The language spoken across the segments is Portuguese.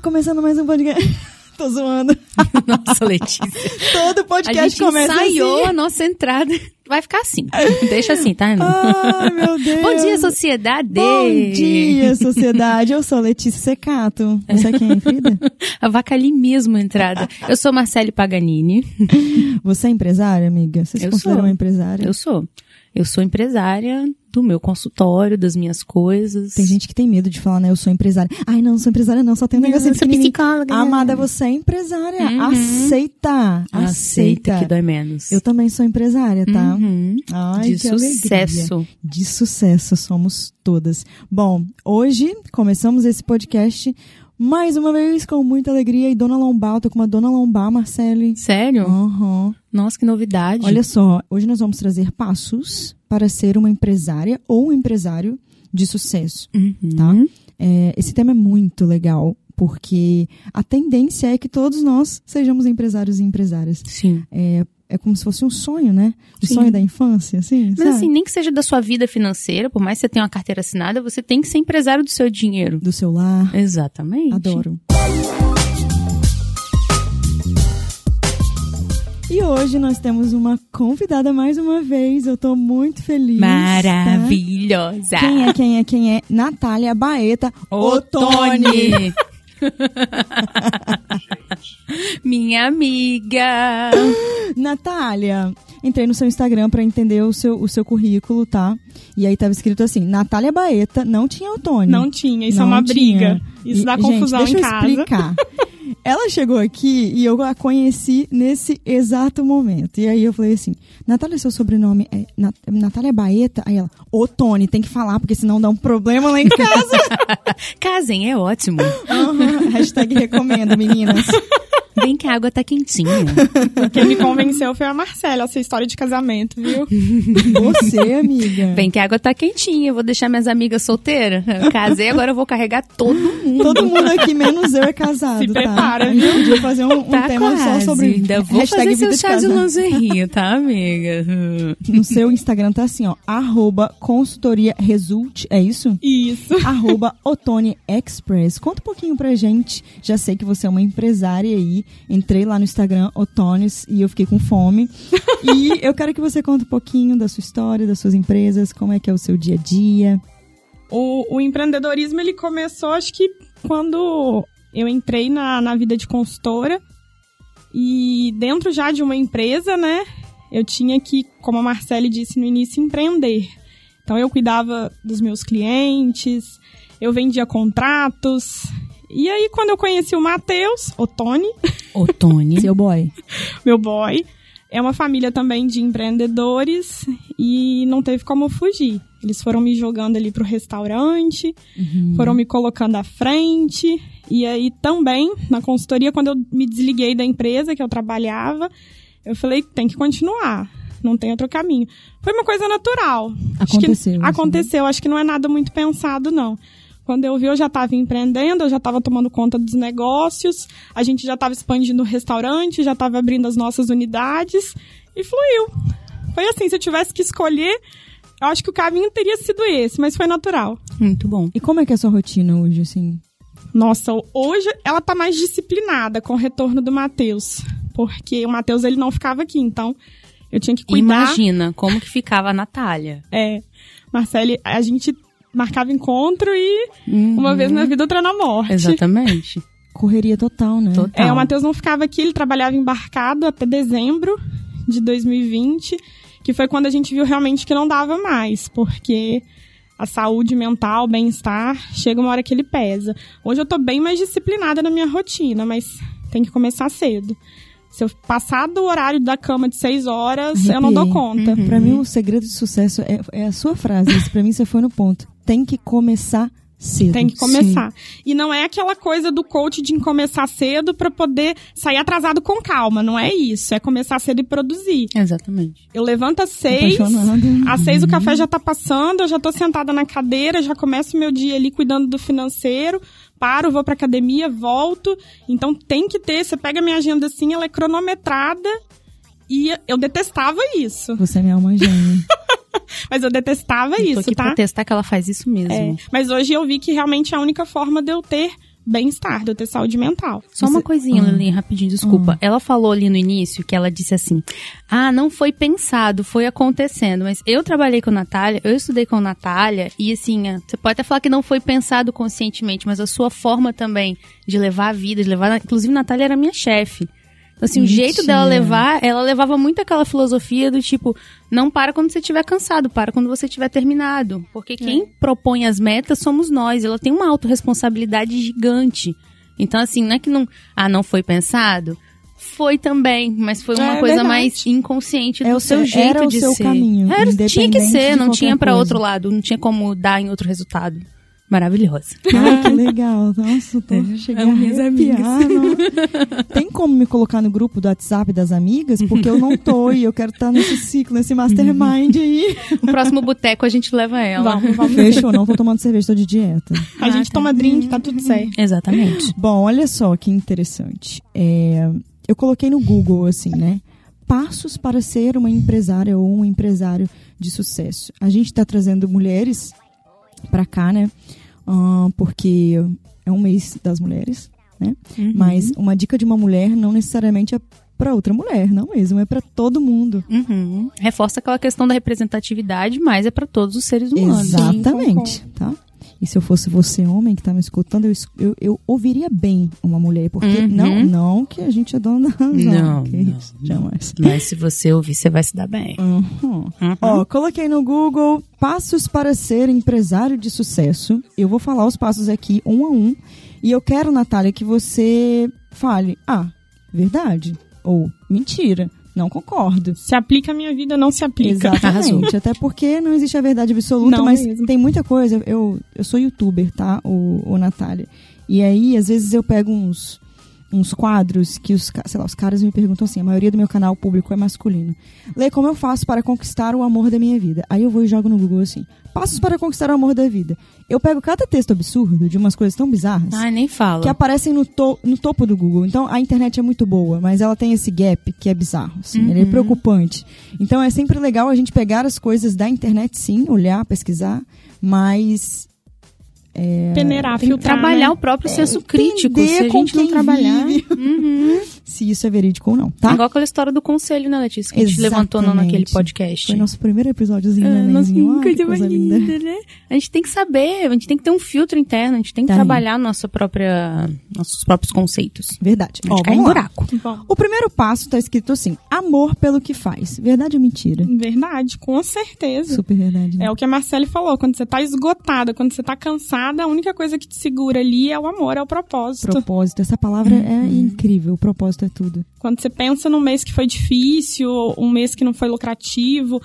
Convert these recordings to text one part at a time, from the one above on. começando mais um podcast. Tô zoando. Nossa, Letícia. Todo podcast a gente começa ensaiou assim. a nossa entrada. Vai ficar assim. Deixa assim, tá? irmão? Ai, meu Ah, Deus. Bom dia, sociedade. Bom dia, sociedade. Eu sou Letícia Secato. Você é quem, Frida? Avacalhei mesmo a entrada. Eu sou Marcele Paganini. Você é empresária, amiga? Você se Eu considera sou. uma empresária? Eu sou. Eu sou empresária do meu consultório, das minhas coisas. Tem gente que tem medo de falar, né? Eu sou empresária. Ai, não, não sou empresária, não. Só tenho um negocinho eu sou pequenininho. psicóloga. Amada, você é empresária. Uhum. Aceita. Aceita. que dói menos. Eu também sou empresária, tá? Uhum. Ai, De que alegria. sucesso. De sucesso somos todas. Bom, hoje começamos esse podcast mais uma vez com muita alegria e Dona Lombá, eu tô com uma Dona Lombá, Marcele. Sério? Aham. Nossa, que novidade. Olha só, hoje nós vamos trazer passos para ser uma empresária ou um empresário de sucesso. Uhum. tá? É, esse tema é muito legal, porque a tendência é que todos nós sejamos empresários e empresárias. Sim. É como se fosse um sonho, né? O Sim. sonho da infância, assim, Mas sabe? assim, nem que seja da sua vida financeira, por mais que você tenha uma carteira assinada, você tem que ser empresário do seu dinheiro. Do seu lar. Exatamente. Adoro. E hoje nós temos uma convidada mais uma vez. Eu tô muito feliz. tá? Maravilhosa. Quem é, quem é, quem é? Natália Baeta. Minha amiga. Natália, entrei no seu Instagram pra entender o seu, o seu currículo, tá? E aí tava escrito assim, Natália Baeta, não tinha o Tony. Não tinha, isso Hum. Não é uma tinha. briga. Isso E, dá gente, confusão deixa em eu casa. explicar. Ela chegou aqui e eu a conheci nesse exato momento. E aí eu falei assim, Natália, seu sobrenome é Na- Natália Baeta? Aí ela, ô Tony, tem que falar, porque senão dá um problema lá em casa. Casem, é ótimo. Aham, Hashtag recomendo, meninas. Vem que a água tá quentinha. Quem me convenceu foi a Marcela, essa história de casamento, viu? Você, amiga. Vem que a água tá quentinha. Eu vou deixar minhas amigas solteiras. Eu Casei, agora eu vou carregar todo mundo. Todo mundo aqui, menos eu, é casado, Se prepara, tá? A gente podia fazer um, um Tá tema quase. só sobre Ainda vou hashtag fazer vida seu de chá de casado. lingerie, tá, amiga? No seu Instagram tá assim, ó, arroba consultoria result, é isso? Isso. arroba Otone Express. Conta um pouquinho pra gente. Já sei que você é uma empresária aí. Entrei lá no Instagram Otones e eu fiquei com fome. E eu quero que você conte um pouquinho da sua história, das suas empresas, como é que é o seu dia a dia. O, o empreendedorismo, ele começou, acho que quando eu entrei na, na vida de consultora. E dentro já de uma empresa, né? Eu tinha que, como a Marcele disse no início, empreender. Então eu cuidava dos meus clientes, eu vendia contratos. E aí, quando eu conheci o Matheus, o Tony, Ô, Tony. Seu boy. meu boy. É uma família também de empreendedores e não teve como eu fugir. Eles foram me jogando ali pro restaurante, Uhum. foram me colocando à frente. E aí também, na consultoria, quando eu me desliguei da empresa que eu trabalhava, eu falei, tem que continuar, não tem outro caminho. Foi uma coisa natural. Acho que Aconteceu. isso, né? Aconteceu, acho que não é nada muito pensado, não. Quando eu vi, eu já estava empreendendo, eu já estava tomando conta dos negócios, a gente já estava expandindo o restaurante, já estava abrindo as nossas unidades e fluiu. Foi assim, se eu tivesse que escolher, eu acho que o caminho teria sido esse, mas foi natural. Muito bom. E como é que é a sua rotina hoje, assim? Nossa, hoje ela tá mais disciplinada com o retorno do Matheus, porque o Matheus ele não ficava aqui, então eu tinha que cuidar. Imagina como que ficava a Natália. É, Marcele, a gente marcava encontro e uma vez na vida, outra na morte. Exatamente. Correria total, né? Total. É, o Matheus não ficava aqui, ele trabalhava embarcado até dezembro de 2020, que foi quando a gente viu realmente que não dava mais, porque a saúde mental, bem-estar, chega uma hora que ele pesa. Hoje eu tô bem mais disciplinada na minha rotina, mas tem que começar cedo. Se eu passar do horário da cama de 6 horas, eu não dou Arrepiei. conta. Uhum. Pra mim, o segredo de sucesso é, é a sua frase. Isso pra mim, você foi no ponto. Tem que começar cedo. Tem que começar. E não é aquela coisa do coach de começar cedo pra poder sair atrasado com calma. Não é isso. É começar cedo e produzir. Exatamente. Eu levanto às seis. Apaixonada. Às seis o café já tá passando, eu já tô sentada na cadeira, já começo o meu dia ali cuidando do financeiro, paro, vou pra academia, volto. Então tem que ter, você pega a minha agenda assim, ela é cronometrada. E eu detestava isso. Você é minha alma gêmea. Mas eu detestava Tô isso, aqui tá? pra testar que ela faz isso mesmo. É, mas hoje eu vi que realmente a única é forma de eu ter bem-estar, de eu ter saúde mental. Só uma Você- coisinha, Hum. Lili, rapidinho, desculpa. Ela falou ali no início que ela disse assim: Ah, não foi pensado, foi acontecendo. Mas eu trabalhei com a Natália, eu estudei com a Natália, e assim, é, você pode até falar que não foi pensado conscientemente, mas a sua forma também de levar a vida, de levar. Inclusive, a Natália era minha chefe. Então, assim, o jeito dela Mentira. levar, ela levava muito aquela filosofia do tipo, não para quando você estiver cansado, para quando você estiver terminado. Porque É. quem propõe as metas somos nós. Ela tem uma autorresponsabilidade gigante. Então, assim, não é que não. Ah, não foi pensado? Foi também, mas foi uma É coisa verdade. mais inconsciente É do o seu seu- jeito era o de seu ser. caminho, Era- tinha que independente ser, de não tinha qualquer pra coisa. outro lado, não tinha como dar em outro resultado. Maravilhosa. Ai, que legal. Nossa, tô chegando amo minhas a arrepiar. não. Tem como me colocar no grupo do WhatsApp das amigas? Porque eu não tô e eu quero estar nesse ciclo, nesse mastermind aí. No próximo boteco a gente leva ela. Vamos, vamos. Fechou, não tô tomando cerveja, tô de dieta. um A gente toma drink, tá tudo certo. Exatamente. Bom, olha só que interessante. É, eu coloquei no Google, assim, né? Passos para ser uma empresária ou um empresário de sucesso. A gente está trazendo mulheres para cá, né? Ah, porque é um mês das mulheres, né? Mas uma dica de uma mulher não necessariamente é para outra mulher, não mesmo. É para todo mundo. Uhum. Reforça aquela questão da representatividade, mas é pra todos os seres humanos. Exatamente, tá? E se eu fosse você, homem, que tá me escutando, eu, es- eu, eu ouviria bem uma mulher. Porque Uhum. não, não que a gente é dona da razão. Não, que não, isso, jamais. Mas se você ouvir, você vai se dar bem. Uhum. Ó, coloquei no Google passos para ser empresário de sucesso. Eu vou falar os passos aqui um a um. E eu quero, Natália, que você fale: ah, verdade. Ou mentira. Não concordo. Se aplica a minha vida, não se aplica. Exatamente. Até porque não existe a verdade absoluta, Não mas mesmo. tem muita coisa. Eu, eu sou youtuber, tá, o, o Natália? E aí, às vezes, eu pego uns, uns quadros que os, ca- sei lá, os caras me perguntam assim: a maioria do meu canal público é masculino. Lê como eu faço para conquistar o amor da minha vida. Aí eu vou e jogo no Google assim: passos para conquistar o amor da vida. Eu pego cada texto absurdo de umas coisas tão bizarras Ai, nem que fala. aparecem no, to- no topo do Google. Então a internet é muito boa, mas ela tem esse gap que é bizarro, assim, ele Uhum. é preocupante. Então é sempre legal a gente pegar as coisas da internet, sim, olhar, pesquisar, mas Peneirar, filtrar. Trabalhar É. né? o próprio senso crítico, entender se a com gente quem não trabalhar. vive, Uhum. se isso é verídico ou não, tá? Igual aquela história do conselho, né, Letícia? Que a gente Exatamente. levantou no- naquele Foi podcast. nosso primeiro episódiozinho, Ah, né, nossa, Nenzinho? Ai, coisa que coisa mais linda. linda, né? A gente tem que saber, a gente tem que ter um filtro interno, a gente tem que Tá aí. trabalhar nossa própria, nossos próprios conceitos. Verdade. A gente Ó, cai em vamos lá. buraco. Bom, O primeiro passo tá escrito assim: amor pelo que faz. Verdade ou mentira? verdade, com certeza. Super verdade. Né? É o que a Marcele falou, quando você tá esgotada, quando você tá cansada, a única coisa que te segura ali é o amor, é o propósito. Propósito. Essa palavra Uhum. é incrível. O propósito é tudo. Quando você pensa num mês que foi difícil, um mês que não foi lucrativo,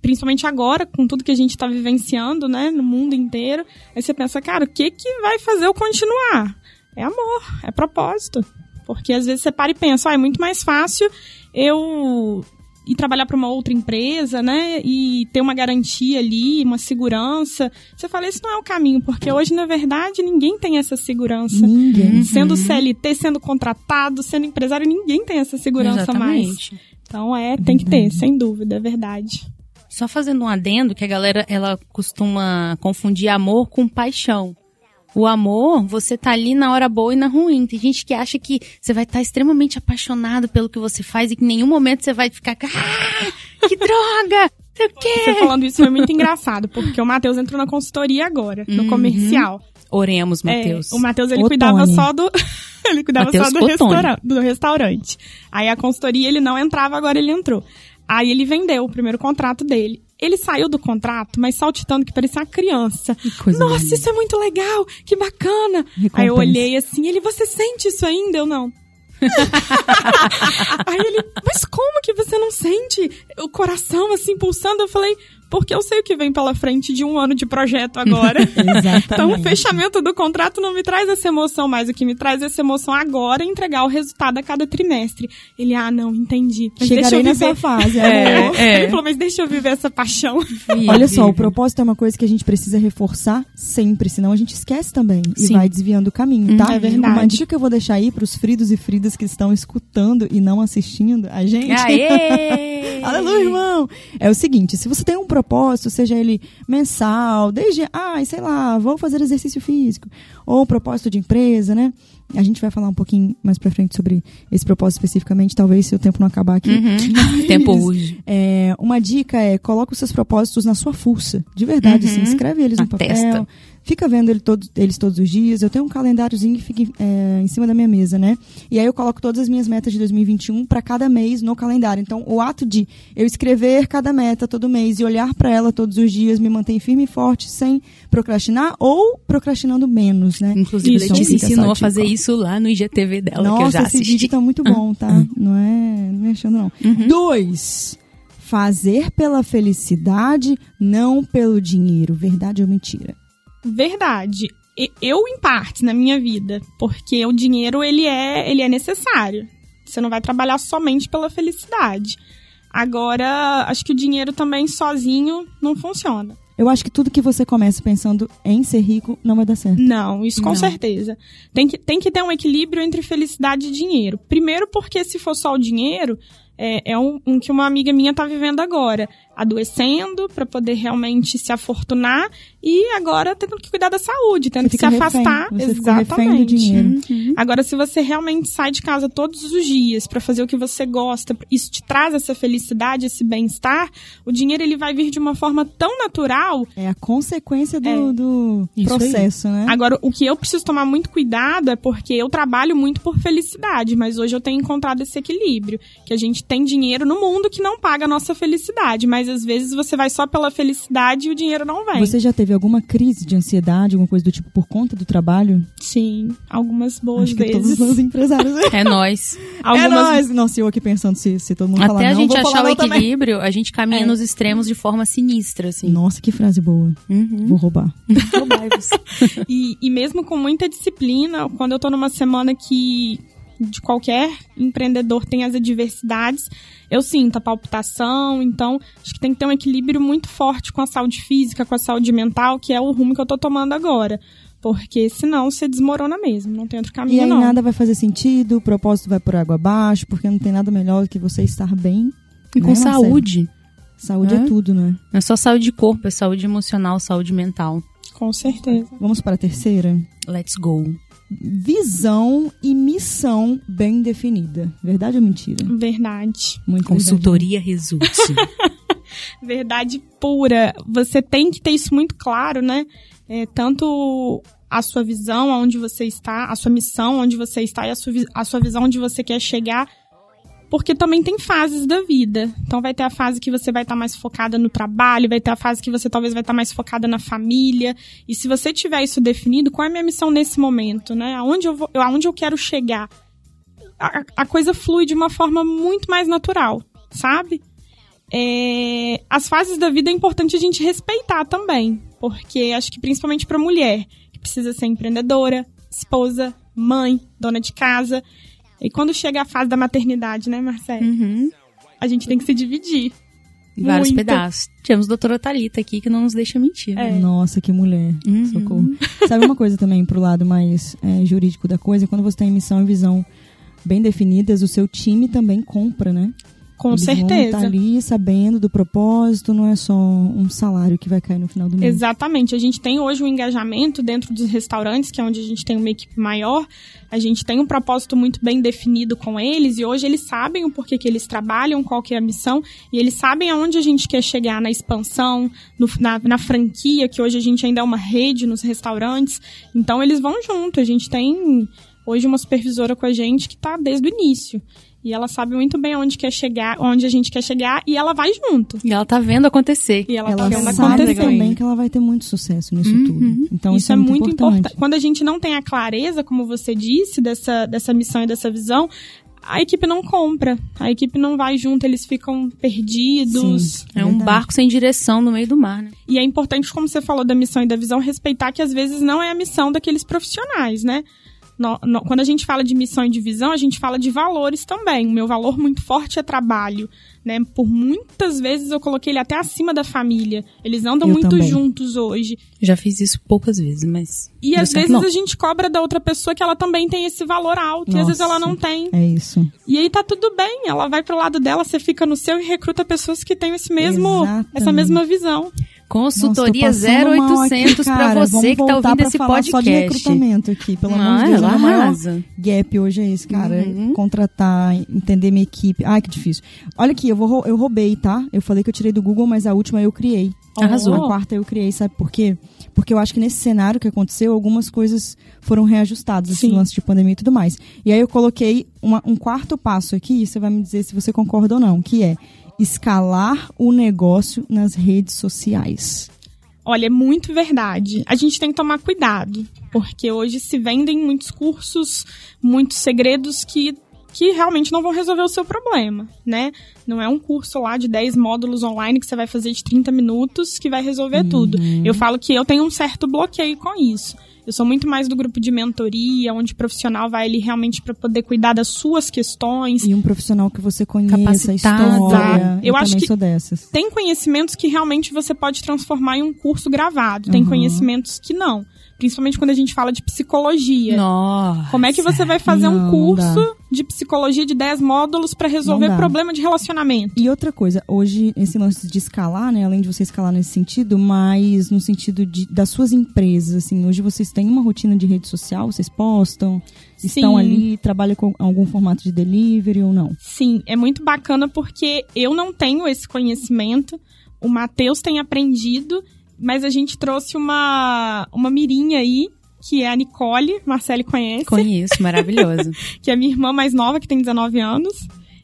principalmente agora, com tudo que a gente tá vivenciando, né, no mundo inteiro, aí você pensa, cara, o que que vai fazer eu continuar? É amor, é propósito. Porque às vezes você para e pensa, ah, é muito mais fácil eu ir trabalhar para uma outra empresa, né, e ter uma garantia ali, uma segurança. Você fala, isso não é o caminho, porque hoje, na verdade, ninguém tem essa segurança. Ninguém. Uhum. Sendo CLT, sendo contratado, sendo empresário, ninguém tem essa segurança mais. Exatamente. Uhum. Então é, tem que ter, sem dúvida, é verdade. Só fazendo um adendo, que a galera ela costuma confundir amor com paixão. O amor, você tá ali na hora boa e na ruim. Tem gente que acha que você vai estar extremamente apaixonado pelo que você faz e que em nenhum momento você vai ficar. Ah, que droga! Não Sei o quê. Você falando isso foi muito engraçado, porque o Matheus entrou na consultoria agora, no Uhum. comercial. Oremos, É, Matheus. o Matheus, ele Ô, cuidava Tony. só do... ele cuidava Matheus só ô, do, Tony. restauran- do restaurante. Aí a consultoria, ele não entrava, agora ele entrou. Aí ele vendeu o primeiro contrato dele. Ele saiu do contrato, mas saltitando que parecia uma criança. Que coisa Nossa, linda. isso é muito legal, que bacana. Recompensa. Aí eu olhei assim, ele, você sente isso ainda? Eu não. Aí ele, mas como que você não sente o coração assim pulsando? Eu falei, porque eu sei o que vem pela frente de um ano de projeto agora. Exatamente. Então, o fechamento do contrato não me traz essa emoção mais. O que me traz essa emoção agora é entregar o resultado a cada trimestre. Ele, ah, não, entendi. Mas deixa Chegarei eu nessa viver. fase. É. amor. Ele falou, mas deixa eu viver essa paixão. Olha só, o propósito é uma coisa que a gente precisa reforçar sempre, senão a gente esquece também e Sim. vai desviando o caminho, tá? é verdade. Uma dica que eu vou deixar aí pros fridos e fridas que estão escutando e não assistindo a gente. Aê! Aleluia, irmão! É o seguinte, se você tem um propósito, seja ele mensal, desde, ai, sei lá, vou fazer exercício físico, ou propósito de empresa, né? A gente vai falar um pouquinho mais pra frente sobre esse propósito especificamente, talvez se o tempo não acabar aqui. Uhum. Tempo hoje. É, uma dica é, coloca os seus propósitos na sua fuça, de verdade, assim, escreve eles Uhum. Na no papel. testa. Fica vendo ele todo- eles todos os dias. Eu tenho um calendáriozinho que fica é, em cima da minha mesa, né? E aí eu coloco todas as minhas metas de 2021 para um cada mês no calendário. Então, o ato de eu escrever cada meta todo mês e olhar para ela todos os dias me mantém firme e forte sem procrastinar ou procrastinando menos, né? Inclusive, Isso, ela te fica essa ensinou a dica. fazer isso lá no IGTV dela, que eu Nossa, já esse vídeo assisti. Hum. tá Uhum. muito bom, tá? Não é não me achando, não. Dois. Fazer pela felicidade, não pelo dinheiro. Verdade ou mentira? Verdade. E- Eu, em parte, na minha vida. Porque o dinheiro, ele é, ele é necessário. Você não vai trabalhar somente pela felicidade. Agora, acho que o dinheiro também sozinho não funciona. Eu acho que tudo que você começa pensando em ser rico não vai dar certo. Não, isso com Não. certeza. Tem que, tem que ter um equilíbrio entre felicidade e dinheiro. Primeiro, porque se for só o dinheiro, é, é um, um que uma amiga minha tá vivendo agora. Adoecendo para poder realmente se afortunar e agora tendo que cuidar da saúde, tendo Você que se fica refém, afastar. você fica refém do Exatamente. dinheiro. Uhum. Agora, se você realmente sai de casa todos os dias para fazer o que você gosta, isso te traz essa felicidade, esse bem-estar, o dinheiro ele vai vir de uma forma tão natural É a consequência do, É. do Isso processo, né? Agora, o que eu preciso tomar muito cuidado é porque eu trabalho muito por felicidade, mas hoje eu tenho encontrado esse equilíbrio. Que a gente tem dinheiro no mundo que não paga a nossa felicidade, mas às vezes você vai só pela felicidade e o dinheiro não vem. Você já teve alguma crise de ansiedade, alguma coisa do tipo, por conta do trabalho? Sim, algumas boas acho que vezes. todos os empresários. É nós. É Algumas nóis! Nossa, eu aqui pensando se, se todo mundo falar Até a não, gente vou achar falar o não também. equilíbrio, a gente caminha É. nos extremos de forma sinistra, assim. Nossa, que frase boa. Uhum. Vou roubar. E, e mesmo com muita disciplina, quando eu tô numa semana que de qualquer empreendedor tem as adversidades, eu sinto a palpitação, então acho que tem que ter um equilíbrio muito forte com a saúde física, com a saúde mental, que é o rumo que eu tô tomando agora. Porque senão você desmorona mesmo, não tem outro E caminho, aí não. nada vai fazer sentido, o propósito vai por água abaixo, porque não tem nada melhor do que você estar bem. E né, com Marcelo? saúde. Saúde é É. tudo, né? Não é só saúde de corpo, é saúde emocional, saúde mental. Com certeza. Vamos para a terceira? Let's go. Uhum. Visão e missão bem definida. Verdade ou mentira? Verdade. Muito Consultoria Resulte. Verdade pura. Você tem que ter isso muito claro, né? É, tanto a sua visão, aonde você está, a sua missão, onde você está e a sua, vi- a sua visão, onde você quer chegar. Porque também tem fases da vida. Então vai ter a fase que você vai estar mais focada no trabalho, vai ter a fase que você talvez vai estar mais focada na família. E se você tiver isso definido, qual é a minha missão nesse momento, né? Aonde eu, vou, aonde eu quero chegar? A, a coisa flui de uma forma muito mais natural, sabe? É, as fases da vida é importante a gente respeitar também, porque acho que principalmente para mulher, que precisa ser empreendedora, esposa, mãe, dona de casa. E quando chega a fase da maternidade, né, Marcelo? uhum. A gente tem que se dividir. Em Vários Muito. pedaços. Tivemos a doutora Thalita aqui que não nos deixa mentir. né? É. Nossa, que mulher. Uhum. Socorro. Sabe uma coisa também pro lado mais é, jurídico da coisa? Quando você tem missão e visão bem definidas, o seu time também compra, né? Com Eles Vão tá certeza. ali sabendo do propósito, não é só um salário que vai cair no final do mês. Exatamente. A gente tem hoje um engajamento dentro dos restaurantes, que é onde a gente tem uma equipe maior. A gente tem um propósito muito bem definido com eles e hoje eles sabem o porquê que eles trabalham, qual que é a missão e eles sabem aonde a gente quer chegar na expansão, no- na, na franquia, que hoje a gente ainda é uma rede nos restaurantes. Então eles vão junto. A gente tem hoje uma supervisora com a gente que está desde o início. E ela sabe muito bem aonde quer chegar, onde a gente quer chegar e ela vai junto. E ela tá vendo acontecer. E ela, Ela tá vendo sabe acontecer. também que ela vai ter muito sucesso nisso Uhum. tudo. Então isso, isso é muito importante. importante. Quando a gente não tem a clareza, como você disse, dessa, dessa missão e dessa visão, a equipe não compra. A equipe não vai junto, eles ficam perdidos. Sim. É um Verdade. barco sem direção no meio do mar, né? E é importante, como você falou da missão e da visão, respeitar que às vezes não é a missão daqueles profissionais, né? no- no- quando a gente fala de missão e de visão, a gente fala de valores também. O meu valor muito forte é trabalho, né? Por muitas vezes eu coloquei ele até acima da família. Eles andam Eu muito também. juntos hoje. Já fiz isso poucas vezes, mas. E deu às certo. vezes Não. a gente cobra da outra pessoa que ela também tem esse valor alto e às vezes Nossa. ela não tem. É isso. E aí tá tudo bem, ela vai pro lado dela, você fica no seu e recruta pessoas que têm esse mesmo essa Exatamente. mesma visão. Consultoria Nossa, tô passando mal aqui, 0800 pra cara. você Vamos que tá voltar ouvindo pra esse falar Só de podcast. recrutamento aqui, pelo Ah, amor de Deus. ela é o maior arrasa. gap hoje é esse, cara. Uhum. Contratar, entender minha equipe. Ai, que difícil. Olha aqui, eu, vou, rou- eu roubei, tá? Eu falei que eu tirei do Google, mas a última eu criei. Arrasou. A quarta eu criei, sabe por quê? Porque eu acho que nesse cenário que aconteceu, algumas coisas foram reajustadas, esse Sim. lance de pandemia e tudo mais. E aí eu coloquei uma- um quarto passo aqui, e você vai me dizer se você concorda ou não, que é escalar o negócio nas redes sociais. Olha, é muito verdade. A gente tem que tomar cuidado, porque hoje se vendem muitos cursos, muitos segredos que, que realmente não vão resolver o seu problema, né? Não é um curso lá de 10 módulos online que você vai fazer de 30 minutos que vai resolver tudo. Eu falo que eu tenho um certo bloqueio com isso. Eu sou muito mais do grupo de mentoria, onde o profissional vai ali realmente para poder cuidar das suas questões, E um profissional que você conheça, a Capacitado. história. Eu acho também que- sou dessas. tem conhecimentos que realmente você pode transformar em um curso gravado, tem Uhum. conhecimentos que não. Principalmente quando a gente fala de psicologia. Nossa. Como é que você vai fazer Não, um não curso de psicologia de 10 módulos para resolver dá. problema de relacionamento? E outra coisa, hoje esse lance de escalar, né, além de você escalar nesse sentido, mas no sentido de, das suas empresas, assim, hoje vocês têm uma rotina de rede social, vocês postam, estão Sim. ali, trabalham com algum formato de delivery ou não? Sim, é muito bacana porque eu não tenho esse conhecimento, o Matheus tem aprendido, mas a gente trouxe uma, uma mirinha aí, que é a Nicole, Marcele conhece. Conheço, maravilhoso. que é minha irmã mais nova, que tem 19 anos.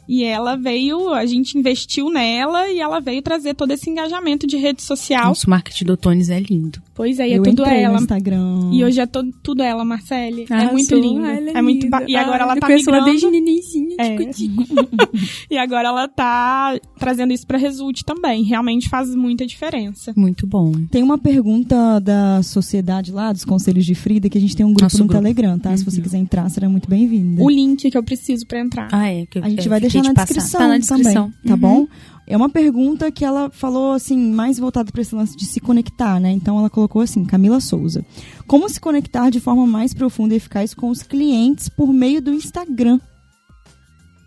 E ela veio, a gente investiu nela e ela veio trazer todo esse engajamento de rede social. Nosso marketing do Tones é lindo. Pois é, e é Eu tudo entrei ela. no Instagram. E hoje é to- tudo ela, Marcele. é muito lindo. é muito ba- E agora ela tá conheço ela migrando. desde nenenzinha, É. E agora ela tá trazendo isso pra Result também. Realmente faz muita diferença. Muito bom. Tem uma pergunta da sociedade lá, dos conselhos de Frida, que a gente tem um grupo Nosso no grupo. Telegram, tá? Se você quiser entrar, será muito bem-vinda. Uhum. O link que eu preciso pra entrar. Ah, é. que eu- A gente eu vai fiquei deixar na de passar. descrição, Tá na descrição. Uhum. também, tá bom? É uma pergunta que ela falou assim, mais voltada para esse lance de se conectar, né? Então ela colocou assim, Camila Souza. Como se conectar de forma mais profunda e eficaz com os clientes por meio do Instagram?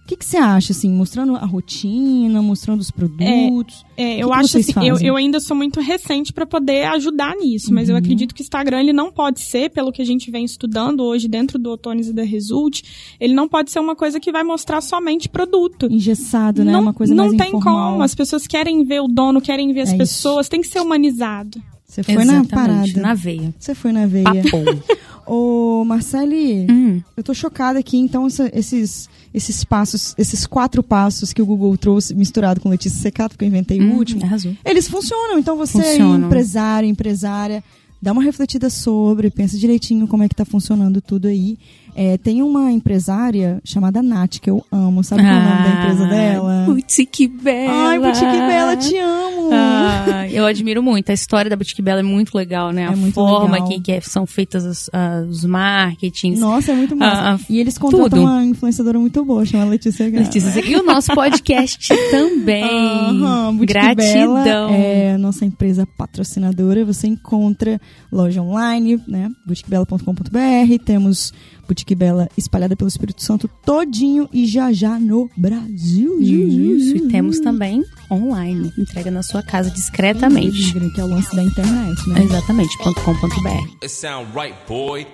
O que que você acha, assim, mostrando a rotina, mostrando os produtos? É, eu que acho vocês assim, fazem? eu, Uhum. eu ainda sou muito recente para poder ajudar nisso, mas eu acredito que o Instagram ele não pode ser, pelo que a gente vem estudando hoje dentro do Otones e da Result, ele não pode ser uma coisa que vai mostrar somente É, produto. Engessado, né? não uma coisa não mais tem informal. assim. como, as pessoas querem ver o dono, querem ver as É isso. pessoas, tem que ser humanizado. Você foi Exatamente, na parada. na veia. Você foi na veia. Papo. Ô, Marcele, Hum, Eu tô chocada aqui, então, essa- esses, esses passos, esses quatro passos que o Google trouxe, misturado com Letícia Secato, que eu inventei o hum, último, Arrasou. eles funcionam. Então, você, é Funcionam. empresário, empresária, dá uma refletida sobre, pensa direitinho como é que tá funcionando tudo aí. É, tem uma empresária chamada Nath, que eu amo, sabe qual é o nome da empresa dela? Putz, que Ah, bela. Ai, Boutique Bela, te amo! Ah, eu admiro muito. A história da Boutique Bela é muito legal, né? É a muito forma legal. Que, que é- são feitas as- ah, os marketings. Nossa, é muito massa. Ah, e eles contratam tudo. uma influenciadora muito boa, chama Letícia Secato. Letícia, E o nosso podcast também. Aham, Boutique Gratidão. Bela é a nossa empresa patrocinadora. Você encontra loja online, né? boutiquebela.com.br. Temos Boutique Bela espalhada pelo Espírito Santo todinho e já já no Brasil. uhum, Isso, e temos também online. Entrega na sua casa discretamente. Delivery, Que é o lance da internet, né? Exatamente, .com.br. It sound right, boy.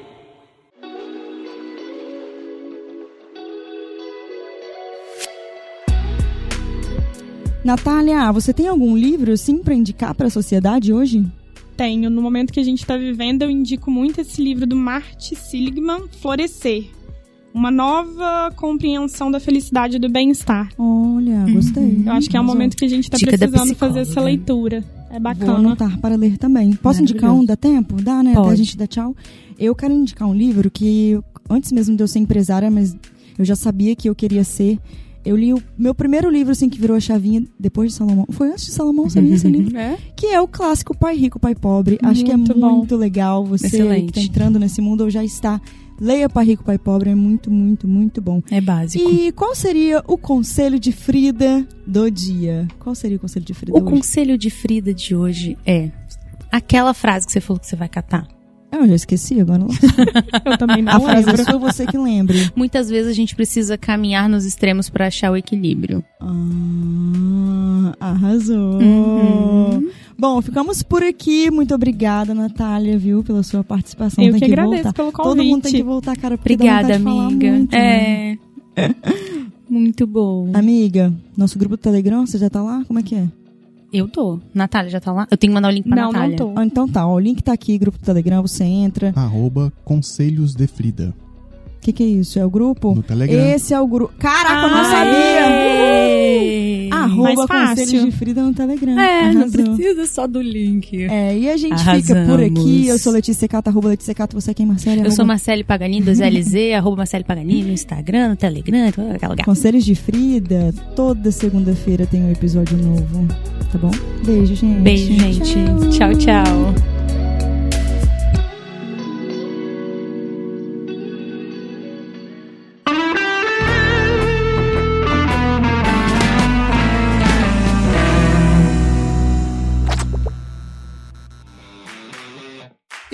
Natália, você tem algum livro, assim, pra indicar pra sociedade hoje? Tenho, no momento que a gente tá vivendo, eu indico muito esse livro do Marty Seligman, Florescer. Uma nova compreensão da felicidade e do bem-estar. Olha, gostei. Eu acho que é um Arrasou. momento que a gente tá Dica da precisando fazer essa psicóloga. leitura. É Vou bacana. anotar para ler também. Posso indicar um? Dá tempo? Dá, né? Até a Pode. gente dar tchau. Eu quero indicar um livro que, antes mesmo de eu ser empresária, mas eu já sabia que eu queria ser. Eu li o meu primeiro livro, assim, que virou a chavinha depois de Salomão. Foi antes de Salomão, sabia esse livro? Que é o clássico Pai Rico, Pai Pobre. Acho que é Muito muito, bom. legal. Você Excelente. que tá entrando nesse mundo ou já está Leia Pai Rico, Pai Pobre é muito, muito, muito bom. É básico. E qual seria o conselho de Frida do dia? Qual seria o conselho de Frida O hoje? conselho de Frida de hoje é aquela frase que você falou que você vai catar. Ah, eu já esqueci agora. não- Eu também A não frase é lembro. sua, você que lembre. Muitas vezes a gente precisa caminhar nos extremos pra achar o equilíbrio. Ah, arrasou. Uhum. Bom, ficamos por aqui. Muito obrigada, Natália, viu, pela sua participação. Eu tem que agradeço voltar. pelo Todo mundo tem que convite. voltar, cara. porque dá Obrigada, vontade de falar amiga. muito, né? é. Muito bom. Amiga, nosso grupo do Telegram, você já tá lá? Como é que é? Eu tô. Natália já tá lá? Eu tenho que mandar o link pra Não, não Natália. tô. Ah, então tá, ó, o link tá aqui, grupo do Telegram, você entra. Arroba Conselhos de Frida. O que, que é isso? É o grupo? No Telegram. Esse é o grupo. Caraca, eu não Ah, é. sabia! Ei. Arroba Mais fácil. Conselhos de Frida no Telegram. É, não Arrasou. precisa só do link. É, e a gente fica Arrasamos. por aqui. Eu sou Letícia Cato, arroba Letícia Cato, você é quem, Marcela? Eu sou Marcele Paganini, 2LZ, arroba Marcele Paganini no Instagram, no Telegram, em todo aquele lugar. Conselhos de Frida, toda segunda-feira tem um episódio novo, tá bom? Beijo, gente. Beijo, gente. Tchau, tchau.